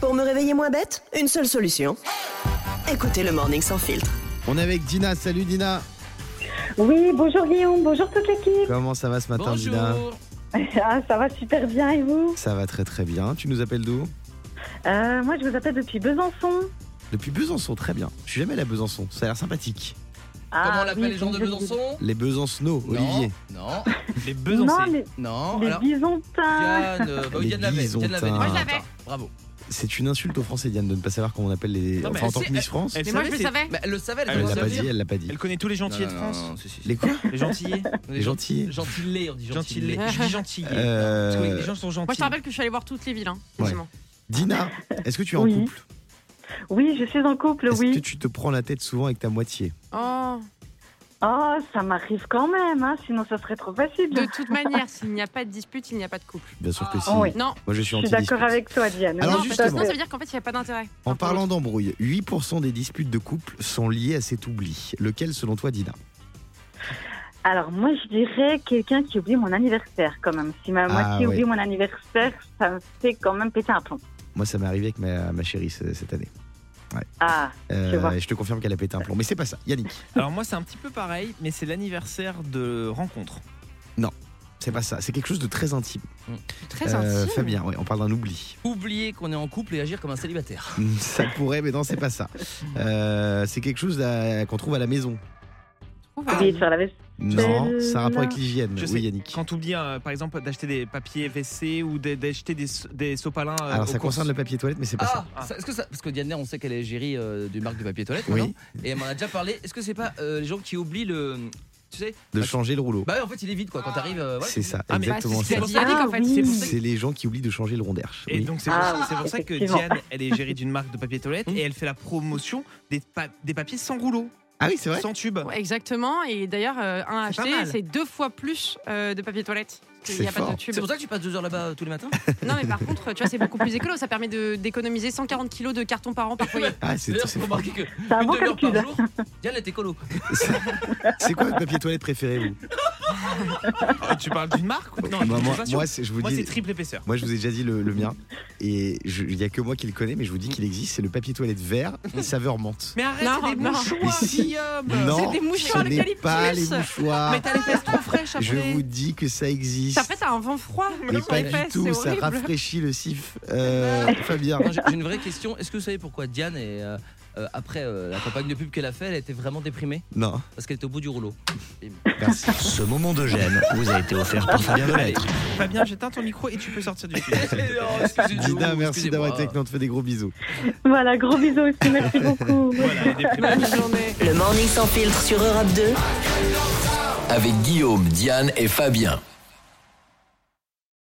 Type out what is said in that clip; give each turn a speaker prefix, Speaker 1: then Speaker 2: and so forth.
Speaker 1: Pour me réveiller moins bête, une seule solution. Écoutez le Morning sans filtre.
Speaker 2: On est avec Dina. Salut Dina.
Speaker 3: Oui, bonjour Guillaume, bonjour toute l'équipe.
Speaker 2: Comment ça va ce matin, Dina
Speaker 4: Bonjour.
Speaker 3: Ah, ça va super bien et vous
Speaker 2: Ça va très très bien. Tu nous appelles d'où
Speaker 3: Euh, Moi, je vous appelle depuis Besançon.
Speaker 2: Depuis Besançon, très bien. Je suis jamais allé à Besançon. Ça a l'air sympathique.
Speaker 4: Comment on l'appelle
Speaker 3: Ah, oui,
Speaker 4: les gens de
Speaker 3: je-
Speaker 4: Besançon
Speaker 2: Les Besancenaux, Olivier.
Speaker 4: Non.
Speaker 5: Les
Speaker 3: Non,
Speaker 5: Besançais.
Speaker 3: les,
Speaker 4: Non.
Speaker 3: les
Speaker 4: Oh, Alors,
Speaker 3: bisontins.
Speaker 4: Yann, euh, bah,
Speaker 2: Les
Speaker 4: Yann l'avait. Yann l'avait.
Speaker 2: bisontins. Moi, je
Speaker 6: l'avais.
Speaker 4: Bravo.
Speaker 2: C'est une insulte aux Français, Diane, de ne pas savoir comment on appelle les.
Speaker 5: Non, mais
Speaker 2: enfin, en
Speaker 5: elle
Speaker 2: tant
Speaker 4: sait-
Speaker 2: que Miss France.
Speaker 5: Elle
Speaker 6: Mais moi,
Speaker 5: savait,
Speaker 6: je le
Speaker 5: c'est-
Speaker 6: savait.
Speaker 4: Mais elle le savait, elle
Speaker 5: Elle
Speaker 2: Elle
Speaker 4: avait
Speaker 2: l'a
Speaker 5: ça
Speaker 2: pas
Speaker 5: veut
Speaker 2: dit, elle l'a pas dit.
Speaker 5: Elle connaît tous les gentillets de France.
Speaker 2: Les quoi
Speaker 5: Les gentillets.
Speaker 2: Les gentillets.
Speaker 4: Gentillés, on dit
Speaker 5: gentillets.
Speaker 4: gentillets.
Speaker 5: Je dis gentillets.
Speaker 2: Euh,
Speaker 5: Parce que les gens sont gentils.
Speaker 6: Moi, je te rappelle que je suis allée voir toutes les villes, hein,
Speaker 2: Ouais.
Speaker 6: quasiment.
Speaker 2: Dina, est-ce que tu es en
Speaker 3: Oui,
Speaker 2: couple
Speaker 3: Oui, je suis en couple,
Speaker 2: Est-ce que
Speaker 3: oui.
Speaker 2: tu te prends la tête souvent avec ta moitié
Speaker 6: Oh,
Speaker 3: Oh, ça m'arrive quand même, hein, sinon ça serait trop facile.
Speaker 6: de toute manière, s'il n'y a pas de dispute, il n'y a pas de couple.
Speaker 2: Bien sûr que si.
Speaker 3: Ah oui.
Speaker 2: Moi,
Speaker 6: Non,
Speaker 2: je suis
Speaker 3: Je suis
Speaker 2: anti
Speaker 3: d'accord avec toi, Diane.
Speaker 2: Alors,
Speaker 6: non, parce que
Speaker 2: justement.
Speaker 6: sinon, ça veut dire qu'en fait, il n'y a pas d'intérêt.
Speaker 2: En parlant d'embrouille, 8% des disputes de couple sont liées à cet oubli. Lequel, selon toi, Dina
Speaker 3: Alors, moi, je dirais quelqu'un qui oublie mon anniversaire quand même. Si ma
Speaker 2: Ah,
Speaker 3: moitié
Speaker 2: ouais.
Speaker 3: oublie mon anniversaire, ça me fait quand même péter un plomb.
Speaker 2: Moi, ça m'est arrivé avec ma, ma chérie ce- cette année.
Speaker 3: Ah,
Speaker 2: Euh,
Speaker 3: Je vois.
Speaker 2: et je te confirme qu'elle a pété un plomb. Mais c'est pas ça, Yannick.
Speaker 5: Alors moi c'est un petit peu pareil, mais c'est l'anniversaire de rencontre.
Speaker 2: C'est pas ça. C'est quelque chose de très intime.
Speaker 6: Très
Speaker 2: Euh,
Speaker 6: intime.
Speaker 2: Fabien, ouais, on parle d'un oubli.
Speaker 4: Oublier qu'on est en couple et agir comme un célibataire.
Speaker 2: ça pourrait, mais non, c'est pas ça. Euh, c'est quelque chose à- qu'on trouve à la maison.
Speaker 6: Oh,
Speaker 4: Ah.
Speaker 6: bah.
Speaker 3: oublié de faire la vaisselle.
Speaker 2: Non,
Speaker 3: Euh,
Speaker 2: ça a un rapport
Speaker 3: non.
Speaker 2: avec l'hygiène.
Speaker 5: Je
Speaker 2: Oui,
Speaker 5: sais.
Speaker 2: Yannick.
Speaker 5: Quand tu oublies euh, par exemple d'acheter des papiers WC ou des- d'acheter des, so- des sopalins. euh,
Speaker 2: Alors,
Speaker 5: aux
Speaker 2: ça
Speaker 5: courses.
Speaker 2: concerne le papier toilette, mais c'est pas ça.
Speaker 4: Ah, ça- est-ce que ça, parce que Diane, on sait qu'elle est gérie euh, du marque du papier toilette,
Speaker 2: Oui.
Speaker 4: maintenant, et elle m'en a déjà parlé. Est-ce que c'est pas euh, les gens qui oublient le, tu sais,
Speaker 2: De
Speaker 4: bah,
Speaker 2: changer le rouleau.
Speaker 4: bah ouais, en fait il est vide quoi quand t'arrives. euh, voilà.
Speaker 2: c'est ça,
Speaker 5: Ah, mais-
Speaker 2: exactement
Speaker 6: Bah, c'est
Speaker 2: ça.
Speaker 6: ce qu'a
Speaker 5: ça.
Speaker 6: dit Yannick, en
Speaker 3: Ah,
Speaker 6: fait.
Speaker 3: oui.
Speaker 6: C'est pour ça que-
Speaker 2: C'est les gens qui oublient de changer le ronderche.
Speaker 5: Et
Speaker 2: Oui.
Speaker 5: donc c'est pour,
Speaker 3: Ah,
Speaker 5: c'est pour ça que
Speaker 3: effectivement.
Speaker 5: Diane, elle est gérée d'une marque de papier toilette
Speaker 4: Mm.
Speaker 5: et elle fait la promotion des, pa- des papiers sans rouleau,
Speaker 2: Ah oui, c'est vrai.
Speaker 5: sans tube.
Speaker 6: Ouais, Exactement. Et d'ailleurs, euh, un
Speaker 5: C'est pas
Speaker 6: acheté,
Speaker 5: mal.
Speaker 6: c'est deux fois plus euh, de papier toilette. Il
Speaker 2: C'est
Speaker 6: n'y a pas
Speaker 2: fort.
Speaker 6: de tube.
Speaker 4: C'est pour ça que tu passes deux heures là-bas euh, tous les matins.
Speaker 6: Non, mais par contre, tu vois, c'est beaucoup plus écolo. Ça permet de- d'économiser 140 kilos de carton par an par foyer.
Speaker 2: Ah, c'est
Speaker 4: D'ailleurs,
Speaker 2: c'est
Speaker 4: faut
Speaker 2: fort.
Speaker 4: remarquer que
Speaker 3: C'est un
Speaker 4: une
Speaker 3: bon
Speaker 4: demi-heure par
Speaker 3: calcul.
Speaker 4: jour, Diane était colo.
Speaker 2: C'est quoi votre papier toilette préféré, vous
Speaker 5: Ah, tu parles d'une marque ou- Non,
Speaker 2: Moi,
Speaker 5: je suis
Speaker 2: moi,
Speaker 5: pas sûr.
Speaker 2: moi, c'est- je vous
Speaker 5: Moi,
Speaker 2: dis.
Speaker 5: c'est triple épaisseur.
Speaker 2: Moi, je vous ai déjà dit le, le mien. Et je- il n'y a que moi qui le connais, mais je vous dis qu'il existe. C'est le papier toilette vert, saveur menthe.
Speaker 5: Mais arrête,
Speaker 6: Non,
Speaker 5: c'est des
Speaker 6: non.
Speaker 2: Mais
Speaker 5: mouchoirs,
Speaker 2: si.
Speaker 5: Guillaume.
Speaker 2: Non,
Speaker 6: Mm. des mouchoirs
Speaker 2: ce n'est
Speaker 6: d'eucalyptus.
Speaker 2: pas les mouchoirs.
Speaker 5: Mais t'as les fesses trop fraîches après.
Speaker 2: Ah. Je vous dis que ça existe.
Speaker 6: Ça fait, t'as un vent froid.
Speaker 2: Et
Speaker 6: sur
Speaker 2: pas
Speaker 6: les
Speaker 2: du
Speaker 6: fesses,
Speaker 2: tout,
Speaker 6: c'est
Speaker 2: ça
Speaker 6: horrible.
Speaker 2: rafraîchit le sif. Euh, Fabien,
Speaker 4: Non, J'ai j'ai une vraie question. Est-ce que vous savez pourquoi Diane est euh, euh, après euh, la campagne de pub qu'elle a fait, elle était vraiment déprimée
Speaker 2: non,
Speaker 4: parce qu'elle était au bout du rouleau.
Speaker 2: merci.
Speaker 7: Ce moment de gêne vous a été offert par Fabien Delettre.
Speaker 5: Fabien, j'éteins ton micro et tu peux sortir du studio.
Speaker 2: Dina, merci d'avoir été avec nous. On te fait des gros bisous.
Speaker 3: Voilà, gros bisous aussi, merci beaucoup.
Speaker 5: Voilà, elle est déprimée.
Speaker 6: Bonne journée.
Speaker 1: Le Morning sans filtre sur Europe 2.
Speaker 7: Avec Guillaume, Diane et Fabien.